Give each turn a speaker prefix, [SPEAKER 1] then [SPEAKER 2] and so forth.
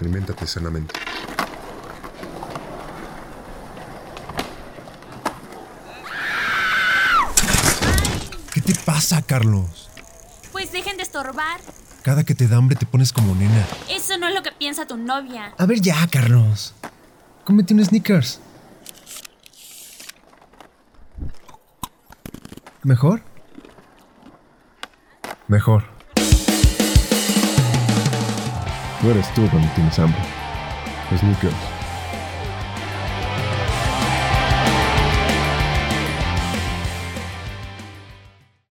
[SPEAKER 1] Aliméntate sanamente.
[SPEAKER 2] ¿Qué te pasa, Carlos?
[SPEAKER 3] Pues dejen de estorbar.
[SPEAKER 2] Cada que te da hambre te pones como nena.
[SPEAKER 3] Eso no es lo que piensa tu novia.
[SPEAKER 2] A ver ya, Carlos. Cómete un sneakers. ¿Mejor? Mejor.
[SPEAKER 1] No eres tú cuando tienes hambre. Sneakers.